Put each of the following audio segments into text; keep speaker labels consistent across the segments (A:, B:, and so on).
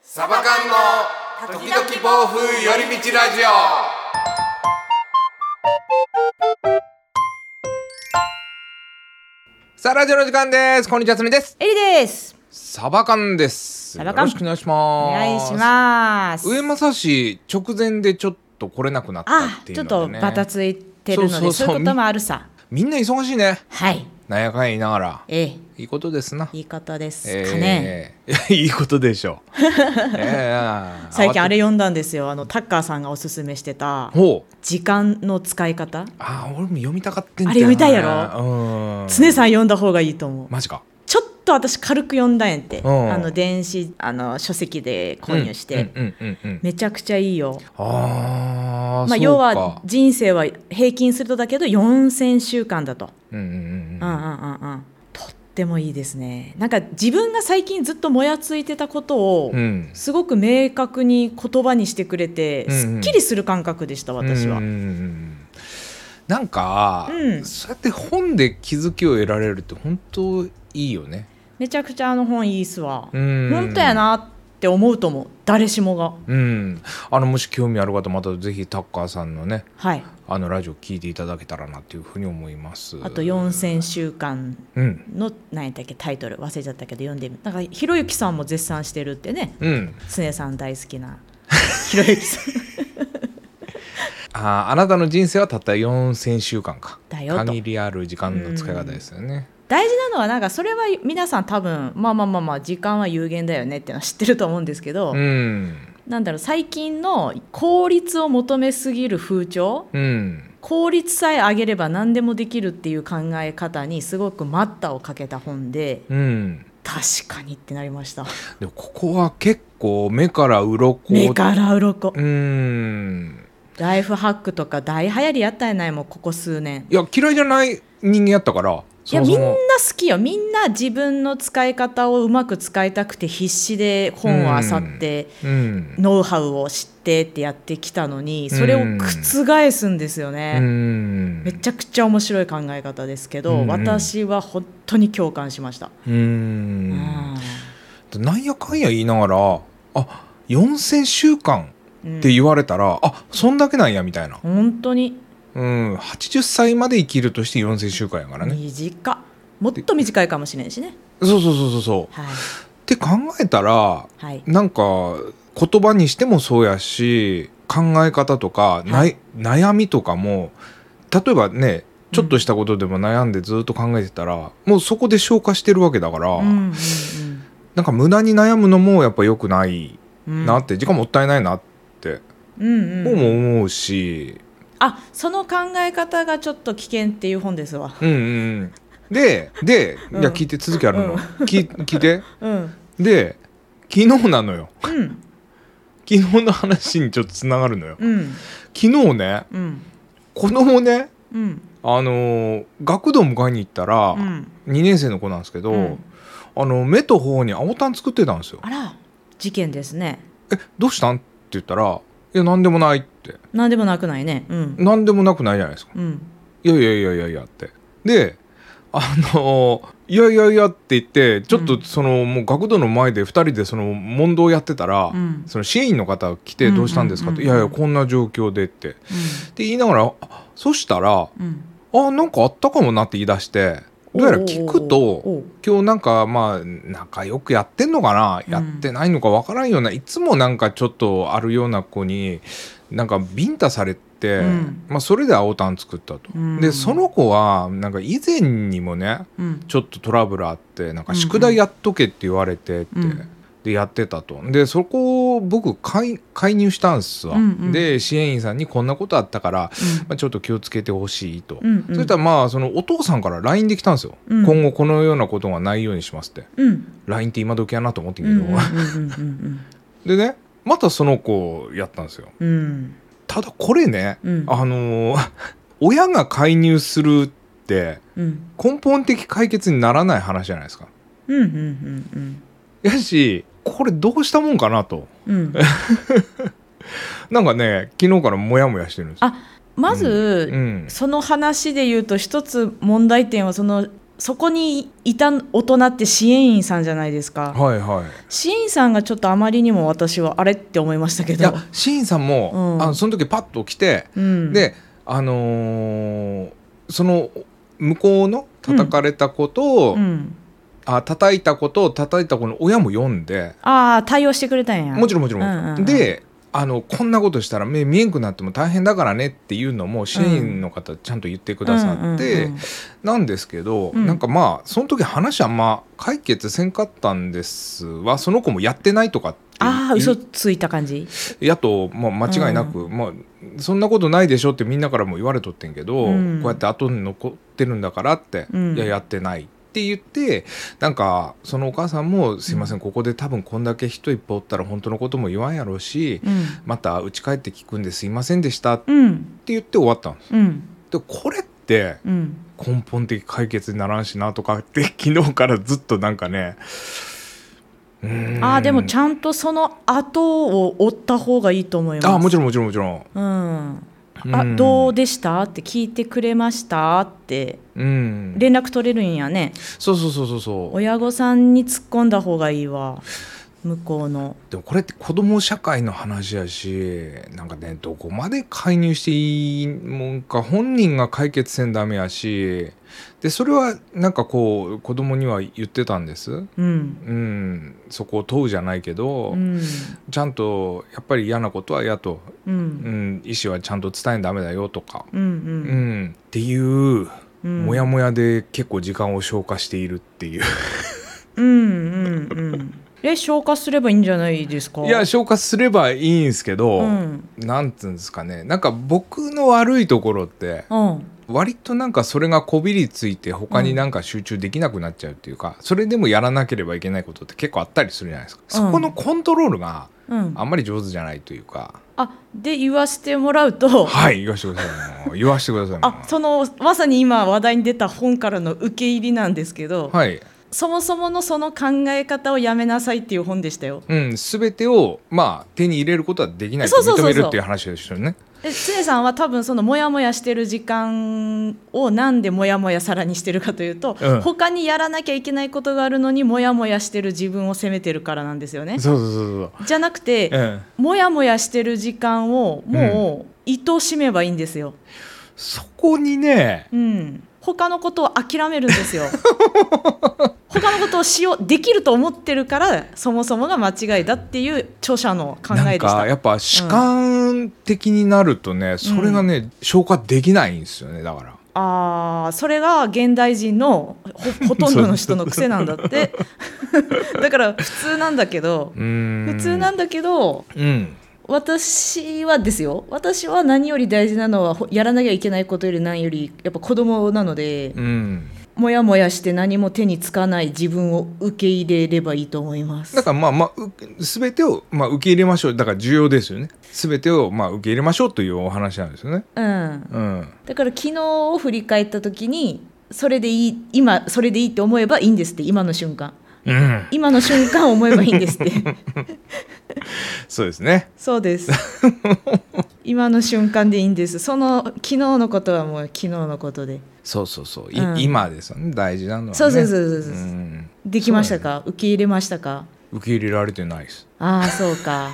A: サバ缶の時々暴風寄り道ラジオさあラジオの時間ですこんにちはつねです
B: エリです。
A: サバ缶です
B: サバ缶
A: よろしくお願いしま
B: お願い
A: す
B: します。
A: 上正氏直前でちょっと来れなくなった
B: あ
A: っ、てい
B: ちょ
A: うの
B: っと
A: でね
B: バタついてるので、
A: そ
B: そうう
A: そうそう
B: いうこともあるさ。
A: みんな忙しいね
B: はい、
A: なんやかんや言いながら
B: ええ、
A: いいことですない
B: いことです
A: え
B: かね。
A: え いやいいことでしょ う、ええ
B: 最近あ
A: 慌
B: れ
A: て
B: 読んだんですよ。あのタッカーさんがおすすめしてた
A: ほう
B: 時間の使い方。
A: あー俺も読みたかってん
B: あれ読みたいやろ
A: ろうん
B: 常さん読んだ方がいいと思う。
A: マジか
B: ちょっと私軽く読んだんやって。
A: うん
B: あの電子あの書籍で購入して、
A: うんうんうんうん
B: めちゃくちゃいいよ。
A: ああ
B: まあ要は人生は平均するとだけど4,000週間だと。
A: うんうんうんう
B: うんんうんうんうんとってもいいですねなんか自分が最近ずっともやついてたことを、
A: うん
B: すごく明確に言葉にしてくれて、
A: うんうん
B: すっきりする感覚でした私は、
A: うんうんうんうんなんか、
B: うん
A: そうやって本で気づきを得られるって本当いいよね
B: めちゃくちゃあの本いいっすわ、
A: うん
B: 本当やなって思うと思う誰しもが
A: うんあのもし興味ある方またぜひタッカーさんのね
B: はい
A: あのラジオ聞いていただけたらなっていうふうに思います
B: あと4,000週間
A: うん
B: の何やったっけタイトル忘れちゃったけど読んでみなんかひろゆきさんも絶賛してるってね
A: うん
B: 常さん大好き なひろゆきさん
A: あーあなたの人生はたった4,000週間か
B: だよと
A: 限りある時間の使い方ですよね
B: 大事なのはなんかそれは皆さん多分まあまあまあまあ時間は有限だよねっていうのは知ってると思うんですけど、
A: うん
B: なんだろう最近の効率を求めすぎる風潮
A: うん
B: 効率さえ上げれば何でもできるっていう考え方にすごく待ったをかけた本で
A: うん
B: 確かにってなりました
A: でもここは結構目から鱗
B: 目から鱗
A: うん
B: ライフハックとか大流行りやったんやないもうここ数年
A: いや嫌いじゃない人間やったから
B: いや
A: そもそ
B: みんな
A: も
B: 好きよみんな自分の使い方をうまく使いたくて必死で本を漁って、
A: うん
B: ノウハウを知ってってやってきたのにそれを覆すんですよ
A: う
B: ね、
A: ん
B: めちゃくちゃ面白い考え方ですけど、
A: うんうん
B: 私は本当に共感しました、
A: う
B: うん
A: なんやかんや言いながらあ4,000週間
B: ん
A: って言われたら、あそんだけなんやみたいな、
B: 本当に
A: うん、80歳まで生きるとして4,000週間やからね
B: 短っもっと短いかもしれんしね
A: そうそうそうそうそう
B: はい
A: って考えたら
B: はい
A: なんか言葉にしてもそうやし考え方とか、ない
B: は
A: 悩みとかも例えばねちょっとしたことでも悩んでずっと考えてたら、もうそこで消化してるわけだから、
B: うんうん
A: なんか無駄に悩むのもやっぱ良くない
B: うん
A: なって、時間もったいないなって
B: うん
A: も
B: うん、
A: 思うし、
B: あその考え方がちょっと危険っていう本ですわ
A: うんうんでで、
B: うん
A: いや聞いて続きあるの、
B: うん
A: き聞いて
B: うん
A: で昨日なのよ
B: うん
A: 昨日の話にちょっとつながるのよ
B: うん
A: 昨日ね
B: うん
A: 子供ね
B: うん
A: あのー学童迎えに行ったら、
B: うん
A: 2年生の子なんですけど、
B: うん
A: あの目と頬に青タン作ってたんですよ
B: あら事件ですね
A: 「えどうしたん?」って言ったら「いや何でもない」って
B: なんでもなくないねう
A: 「
B: ん
A: 何でもなくないじゃないですか」
B: うん
A: いやいやいやいやいやってであのいやいやいやって言ってちょっ
B: う
A: と
B: ん
A: その、もう学童の前で2人でその問答やってたら、
B: うん
A: その支援員の方が来て「
B: うん
A: どうしたんですか?」って「
B: うん
A: いやいやこんな状況で」ってって言いながらあそしたら
B: うんうん
A: 「あなんかあったかもな」って言い出してどうやら聞くと
B: おう
A: 今日なんかまあ仲良くやってんのかな、
B: うん
A: やってないのかわからんようないつもなんかちょっとあるような子になんかビンタされて、
B: うん
A: まあ、それで青タン作ったと。
B: うん
A: でその子はなんか以前にもね
B: うん
A: ちょっとトラブルあってなんか
B: うんうん
A: 宿題やっとけって言われてって、
B: うん
A: でやってたとでそこを僕介介入したんすわ、
B: うんうん
A: で支援員さんにこんなことあったから、
B: う
A: ま
B: ん
A: あ、ちょっと気をつけてほしいと、
B: うんうん
A: そしたらまあそのお父さんから LINE できたんですよ、
B: うん
A: 今後このようなことがないようにしますって
B: うん
A: LINE って今時やなと思ってん
B: う
A: け
B: ん
A: ど、
B: うんうんうん
A: でねまたその子やったんですよ
B: うんうん
A: ただこれね、
B: うん
A: あのー親が介入するって
B: うん
A: 根本的解決にならない話じゃないですか。
B: うんうんうん
A: やしこれどうしたもんかなと
B: う んうん
A: なんかね昨日からモヤモヤしてるんですよ。
B: あまず、
A: うん、
B: その話で言うと一つ問題点はそのそこにいた大人って支援員さんじゃないですか、
A: はいはい
B: 支援員さんがちょっとあまりにも私はあれって思いましたけ
A: い
B: ど
A: や、シーンさんも、
B: うん
A: あのその時パッと来て、
B: うん、
A: であのーその向こうの叩かれたことを、
B: うん、
A: あ叩いたことを叩いた子の親も読んで、
B: ああ対応してくれたんや
A: もちろんもちろんもちろん、
B: うんうんうん
A: であのこんなことしたら目見えんくなっても大変だからねっていうのも支援員の方ちゃんと言ってくださって、
B: うんうんうん
A: なんですけど、
B: うん
A: なんかまあその時話あんま解決せんかったんですはその子もやってないとかっていう
B: ああ嘘ついた感じ
A: やと、まあ、間違いなく、まあ、そんなことないでしょってみんなからも言われとってんけど、
B: うん
A: こうやって後に残ってるんだからって、
B: うん
A: いややってないって言ってなんかそのお母さんも「すいませんここで多分こんだけ人いっぱいおったら本当のことも言わんやろうし、
B: うん
A: また家帰って聞くんですいませんでした」って
B: うん
A: 言って終わったんです。
B: うん
A: でこれって
B: うん
A: 根本的解決にならんしなとかって 昨日からずっとなんかねうーん
B: ああでもちゃんとその後を追った方がいいと思います
A: あもちろんもちろんもちろん
B: うん
A: う
B: あ
A: ん
B: どうでしたって聞いてくれましたって
A: うん
B: 連絡取れるんやね
A: そうそうそうそうそう
B: 親御さんに突っ込んだ方がいいわ向こうの
A: でもこれって子供社会の話やしなんかねどこまで介入していいもんか本人が解決せんダメやしでそれはなんかこう子供には言ってたんです
B: うん
A: うんそこを問うじゃないけど、
B: うん
A: ちゃんとやっぱり嫌なことは嫌と、
B: う
A: うんん、意思はちゃんと伝えんダメだよとか
B: うんう
A: うんん、っていう、
B: うん
A: もやもやで結構時間を消化しているっていう
B: うんうんうんえ消化すればいいんじゃないですか
A: いや消化すればいいんですけど、
B: うん
A: なんつうんですかねなんか僕の悪いところって
B: うん
A: 割となんかそれがこびりついて他になんか集中できなくなっちゃうっていうか、それでもやらなければいけないことって結構あったりするじゃないですか、そこのコントロールが
B: うん
A: あんまり上手じゃないというか、
B: あで言わせてもらうと、
A: はい言わせてくださいもう言わせてくださいもう
B: あそのまさに今話題に出た本からの受け入りなんですけど、
A: はい
B: そもそものその考え方をやめなさいっていう本でしたよ。
A: うん、全てを、まあ、手に入れることはできないと
B: そうそう
A: 認
B: そうそう
A: めるっていう話ですよね。
B: で常さんは多分そのモヤモヤしてる時間をなんでモヤモヤさらにしてるかというと、
A: うん
B: 他にやらなきゃいけないことがあるのにモヤモヤしてる自分を責めてるからなんですよね。
A: そうそうそう
B: じゃなくて、
A: そう。うん、
B: モヤモヤしてる時間をもう愛おしめばいいんですよ。
A: そこにね、
B: うん、他のことを諦めるん ですよ他のことをしようできると思ってるからそもそもが間違いだっていう著者の考
A: な
B: え
A: ん
B: でし
A: か
B: た
A: やっぱ主観的になるとね、それがね、消化できないんですよね、だから。
B: あーそれが現代人のほほとんどの人の癖なんだって だから普通なんだけど
A: うーん
B: 普通なんだけど
A: うん。
B: 私はですよ私は何より大事なのはほやらなきゃいけないことより何よりやっぱ子供なので
A: うん。
B: モヤモヤして何も手につかない自分を受け入れればいいと思います
A: だ。からまあまあ、すべてを、まあ、受け入れましょう。だから重要ですよね。すべてを、まあ、受け入れましょうというお話なんですよね。
B: うん、
A: うん。
B: だから昨日を振り返った時にそれでいい今それでいいって思えばいいんですって今の瞬間
A: うん。
B: 今の瞬間を思えばいいんですって
A: そうですね。
B: そうです今の瞬間でいいんですその昨日のことはもう昨日のことで
A: そうそうそう。い
B: うん
A: 今ですよね。大事なのは、ね。
B: そうそうそうそうそう
A: うん。
B: できましたか、受け入れましたか
A: 受け入れられてないです。
B: ああそう か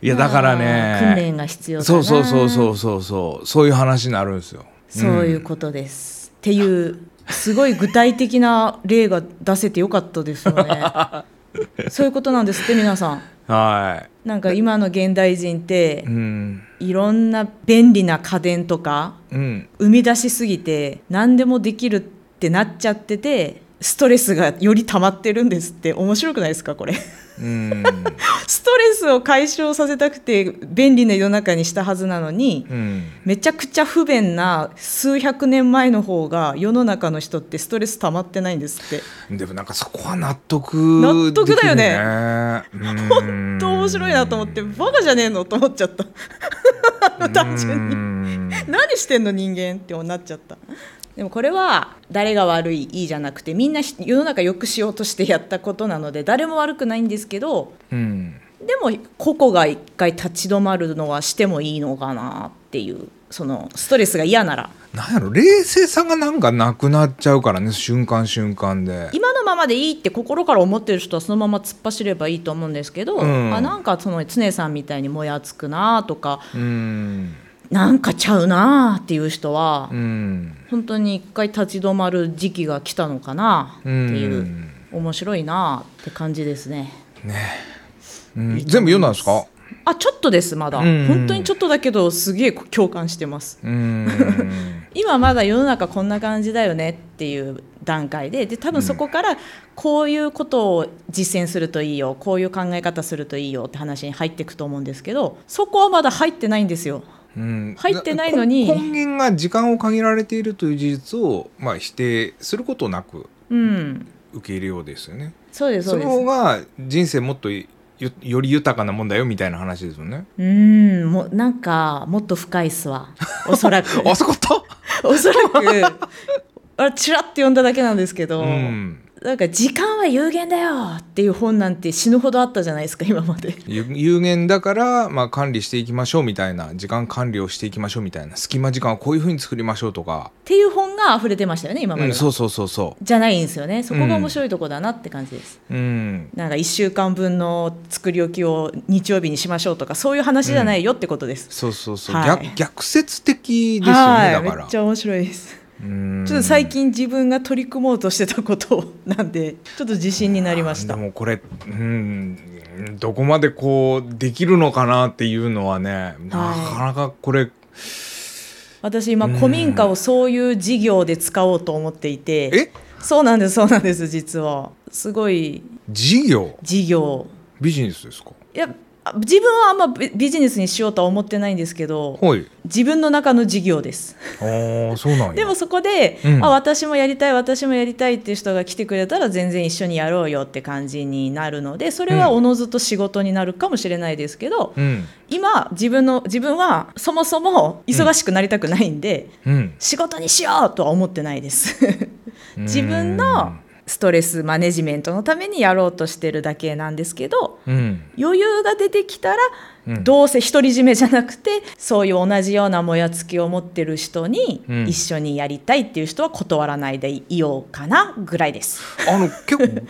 A: いや、だから
B: あ
A: ね。
B: ー訓練が必要だな
A: そうそうそうそうそうそう。そういう話になるんですよ。
B: そういうことです、っていうすごい具体的な例が出せてよかったですよね そういうことなんですって皆さん
A: は
B: なんか今の現代人って
A: い。うん。
B: いろんな便利な家電とか
A: うん。
B: 生み出しすぎて何でもできるってなっちゃっててストレスがより溜まってるんですって面白くないですかこれ
A: うん。
B: ストレスを解消させたくて便利な世の中にしたはずなのに
A: うん。
B: めちゃくちゃ不便な数百年前の方が世の中の人ってストレス溜まってないんですって
A: でもなんかそこは納得
B: 納得だよね
A: できるね。本
B: と面白いなと思ってバカじゃねえのと思っちゃった 単純に
A: に。
B: 何してんの人間ってなっちゃったでもこれは誰が悪いいいじゃなくてみんなひ世の中良くしようとしてやったことなので誰も悪くないんですけど
A: うん。
B: でも個々が一回立ち止まるのはしてもいいのかなっていうそのストレスが嫌なら
A: なんやろ冷静さがなんかなくなっちゃうからね瞬間瞬間で
B: 今のままでいいって心から思ってる人はそのまま突っ走ればいいと思うんですけど、
A: うん
B: あなんかその常さんみたいにもやつくなとか
A: うん
B: なんかちゃうなっていう人は、
A: うん
B: 本当に一回立ち止まる時期が来たのかなっていう、面白いなって感じですね
A: うん全部読んだんですか
B: あちょっとですまだ、
A: うん
B: 本当にちょっとだけどすげえ共感してます
A: うん
B: 今まだ世の中こんな感じだよねっていう段階でで多分そこからこういうことを実践するといいよこういう考え方するといいよって話に入っていくと思うんですけどそこはまだ入ってないんですよ。
A: うん
B: 入ってないのに
A: だ根源が時間を限られているという事実を、まあ、否定することなく
B: うん、
A: 受け入れようですよね
B: そうです
A: そ
B: そうで
A: の
B: す
A: 方が人生もっとよより豊かなもんだよみたいな話ですよね
B: うんもうなんかもっと深いっ すわおそらく
A: あそこと
B: おそら くあれチラッと読んだだけなんですけど、
A: うん
B: なんか時間は有限だよっていう本なんて死ぬほどあったじゃないですか今まで。
A: ゆ有限だから、まあ、管理していきましょうみたいな時間管理をしていきましょうみたいな隙間時間をこういうふうに作りましょうとか、
B: っていう本が溢れてましたよね今ま
A: う
B: では、
A: ん、そうそうそうそ
B: じゃないんですよねそこが面白いとこだなって感じです、
A: ううん
B: なんか1週間分の作り置きを日曜日にしましょうとかそういう話じゃないよってことです、
A: そうそうそう、
B: はい
A: 逆逆説的ですよね
B: はい
A: だか
B: め
A: ら
B: っちゃ面白いです
A: うん
B: ちょっと最近自分が取り組もうとしてたことをなんでちょっと自信になりました
A: でもこれ、うん、どこまでこうできるのかなっていうのはね、なかなかこれ、
B: 私今古民家をそういう事業で使おうと思っていて
A: え
B: そうなんですそうなんです実はすごい
A: 事業、
B: 事業
A: ビジネスですか。
B: いやあ自分はあんまビビジネスにしようとは思ってないんですけど
A: はい。
B: 自分の中の事業です
A: ああ、そうなんや。
B: でもそこで、
A: うん
B: あ私もやりたい私もやりたいっていう人が来てくれたら全然一緒にやろうよって感じになるのでそれは
A: うん
B: おのずと仕事になるかもしれないですけど、
A: うん、
B: 今自分の自分はそもそも忙しくなりたくないんで、
A: うん、
B: 仕事にしようとは思ってないです自分のストレスマネジメントのためにやろうとしてるだけなんですけど
A: うん、
B: 余裕が出てきたら
A: うん
B: どうせ独り占めじゃなくてそういう同じようなもやつきを持ってる人に
A: うん
B: 一緒にやりたいっていう人は断らないでいようかなぐらい です。
A: あの結構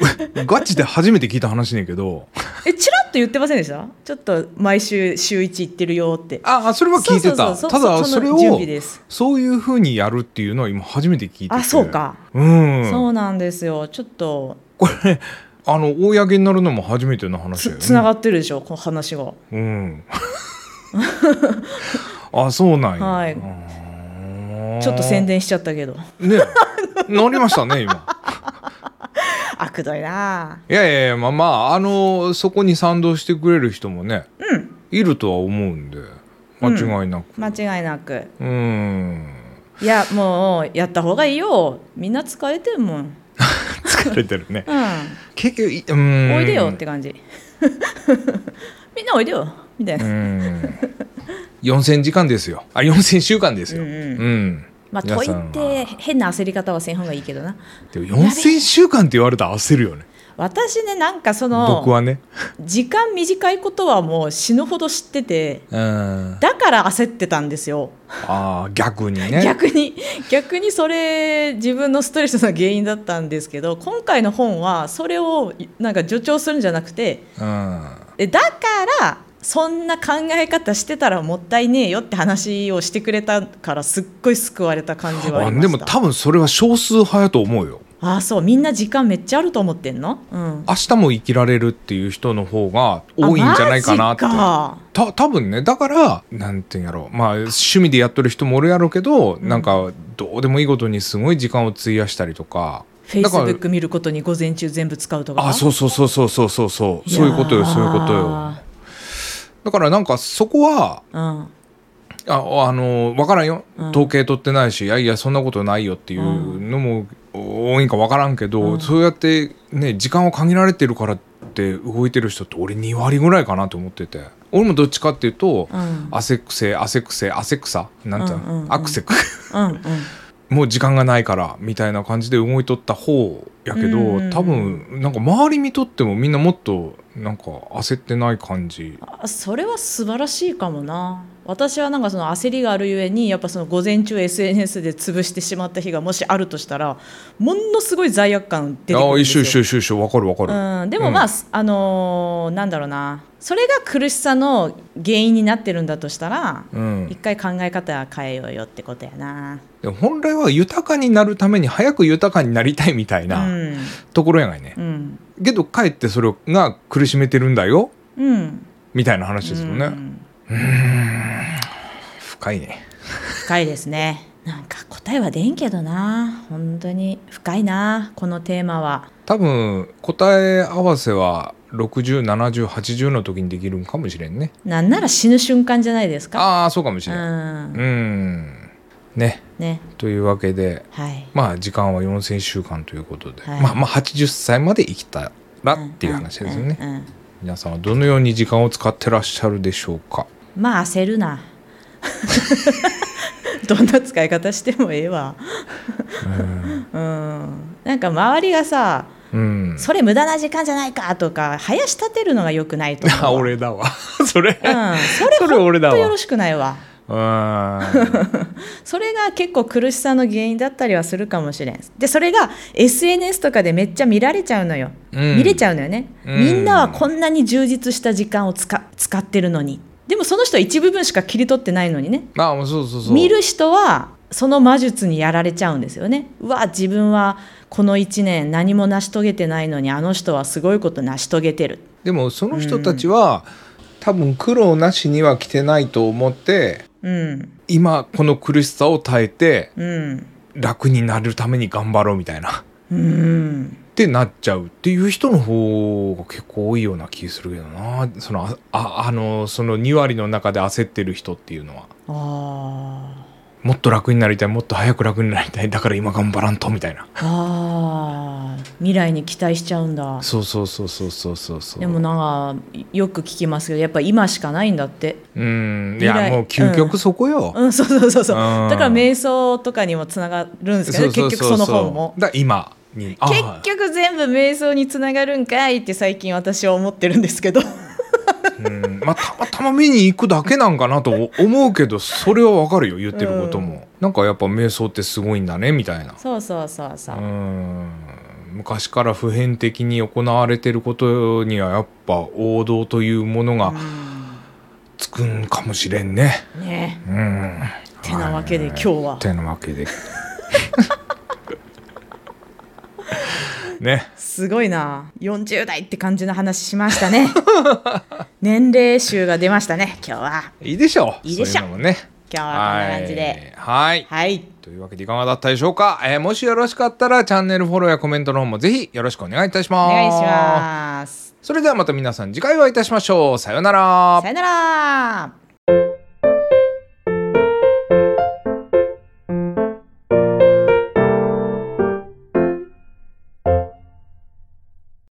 A: ガチで初めて聞いた話ねんけど、
B: えちらっと言ってませんでしたちょっと毎週週1行ってるよって。
A: ああそれは聞いてた。
B: そうそうそう
A: ただそれ
B: の準
A: を
B: 備です
A: そういうふうにやるっていうのは今初めて聞いてて。
B: あそう。か、
A: うん。
B: そうなんですよちょっと
A: これあの公になるのも初めての話だよ
B: つ
A: ね。
B: つながってるでしょこの話が。
A: うん。 あ、そうなんや。
B: はいう
A: ーん
B: ちょっと宣。伝しちゃったけど
A: ね、なりましたね、今。
B: あくどいない
A: やいやいや、まあまあ、あの、そこに賛同してくれる人もね、
B: うん
A: いるとは思うんで、間違いなく。
B: 間違いなく
A: うん。
B: いやもうやった方がいいよみんな疲れてるもん、うん、
A: 疲れてるね。結局、いうん。
B: おいでよって感じ みんなおいでよみたいうな、
A: ん。4000時間ですよ。あ、4000週間ですよ。
B: うんうん
A: うん。
B: まあ
A: 皆
B: 問い
A: さんは
B: って変な焦り方はせん方がいいけどな
A: でも4000週間って言われたら焦るよね。
B: 私ねなんかそ
A: 僕
B: の
A: はね。
B: 時間短いことはもう死ぬほど知ってて
A: うん。
B: だから焦ってたんですよ
A: ああ、逆にね。
B: 逆に逆にそれ自分のストレスの原因だったんですけど今回の本はそれをなんか助長するんじゃなくて
A: うん。
B: でだからそんな考え方してたらもったいねえよって話をしてくれたからすっごい救われた感じはあ
A: あ
B: りま
A: で
B: し
A: も
B: た
A: 多分それは少数派やと思うよ
B: あそうみんな時間めっちゃあると思ってんの、うん、
A: 明日も生きられるっていう人の方が多いんじゃないかなって
B: あマジか
A: た多分ねだからなんていうんやろうまあ趣味でやってる人もおるやろうけど、なんかどうでもいいことにすごい時間を費やしたりとか
B: フェイ
A: だ
B: スブ
A: から
B: ック見ることに午前中全部使うとか
A: あそうそうそうそうそうそうそうそういうことよそういうことよだからなんかそこは
B: よ、
A: ああの分からんよ
B: うん
A: 統計取ってないし、いやいやそんなことないよっていうのも多いんか分からんけど、
B: うん
A: そうやってね時間を限られてるからって動いてる人って俺2割ぐらいかなと思ってて俺もどっちかっていうと、
B: うんうん
A: 汗くせ汗くせ汗くさなんていうの、
B: うんうんうん
A: アクセク
B: うんうん、
A: もう時間がないからみたいな感じで動いとった方やけど、
B: うん
A: 多分なんか周り見とってもみんなもっとなんか焦ってない感じ
B: あそれは素晴らしいかもな私はなんかその焦りがあるゆえにやっぱその午前中 SNS で潰してしまった日がもしあるとしたらものすごい罪悪感出てくるん
A: ああ
B: で
A: 一緒一
B: す
A: 緒
B: よ。
A: 一緒一緒わかるわかる、
B: うん、でもまあ、
A: うん
B: あのーなんだろうなそれが苦しさの原因になってるんだとしたら、
A: うん
B: 一回考え方変えようよってことやな。
A: でも本来は豊かになるために早く豊かになりたいみたいうなんところやないね、
B: うん
A: けどかえってそれが苦しめてるんだよ
B: うん
A: みたいな話ですもんね、
B: うん
A: 深いね
B: 深いですねなんか答えは出んけどな本当に深いなこのテーマは
A: 多分答え合わせは607080の時にできるんかもしれんね
B: なんなら死ぬ瞬間じゃないですか
A: ああそうかもしれん
B: うん
A: うんね
B: ね
A: というわけで
B: はい
A: まあ時間は4000週間ということで、
B: はい
A: まあまあ80歳まで生きたらっていう話ですよね、
B: うんうんうん
A: 皆さんはどのように時間を使ってらっしゃるでしょうか
B: まあ焦るな どんな使い方してもええわうんなんか周りがさ
A: うん
B: それ無駄な時間じゃないかとか林立てるのが良くないと思う
A: あ
B: わ
A: 俺だわそれ、
B: うん、それ
A: それ俺だ
B: 本当よ
A: わ
B: ろしくないわ
A: うん
B: それが結構苦しさの原因だったりはするかもしれんでそれが SNS とかでめっちゃ見られちゃうのよ、
A: うん
B: 見れちゃうのよね、
A: うん
B: みんなはこんなに充実した時間を使使ってるのにでもその人は一部分しか切り取ってないのにね
A: まあそうそうそう
B: 見る人はその魔術にやられちゃうんですよねうわ自分はこの1年何も成し遂げてないのにあの人はすごいこと成し遂げてる
A: でもその人たちは、多分苦労なしには来てないと思って
B: うん
A: 今この苦しさを耐えて
B: うん
A: 楽になるために頑張ろうみたいな
B: うん
A: ってなっちゃうっていう人の方が結構多いような気するけどなそのあああのその2割の中で焦ってる人っていうのは
B: あー
A: もっと楽になりたいもっと早く楽になりたいだから今頑張らんとみたいな
B: あー未来に期待しちゃうんだ
A: そうそうそうそうそうそうそう
B: でもなんかよく聞きますけどやっぱ今しかないんだって
A: うんい
B: 未
A: や
B: 来
A: もう究極そこよ、
B: うんそうそうそうそう
A: うん
B: だから瞑想とかにもつながるんですけ
A: そ
B: ど
A: う
B: ね結
A: そう
B: 局
A: そう
B: そうの本も
A: だから今にあ
B: 結局全部瞑想につながるんかいって最近私は思ってるんですけど
A: うんまあ、たまたま見に行くだけなんかなと思うけどそれはわかるよ言ってることも、なんかやっぱ瞑想ってすごいんだねみたいな
B: そうそうそうそうう、
A: ん昔から普遍的に行われてることにはやっぱ王道というものがつくんかもしれんね。
B: ね
A: うん、
B: てなわけで
A: はい
B: 今日は
A: てなわけで ね
B: すごいな40代って感じの話しましたね 年齢集が出ましたね今日はい
A: いでしょう
B: いいでし
A: そう
B: ょう
A: いうのもね
B: 今日はこんな感じで
A: はいはい
B: はい
A: というわけでいかがだったでしょうか、えーもしよろしかったらチャンネルフォローやコメントの方もぜひよろしくお願いいたし
B: お
A: ます
B: 願いします
A: それではまた皆さん次回お会いいたしましょうさようなら
B: さよなら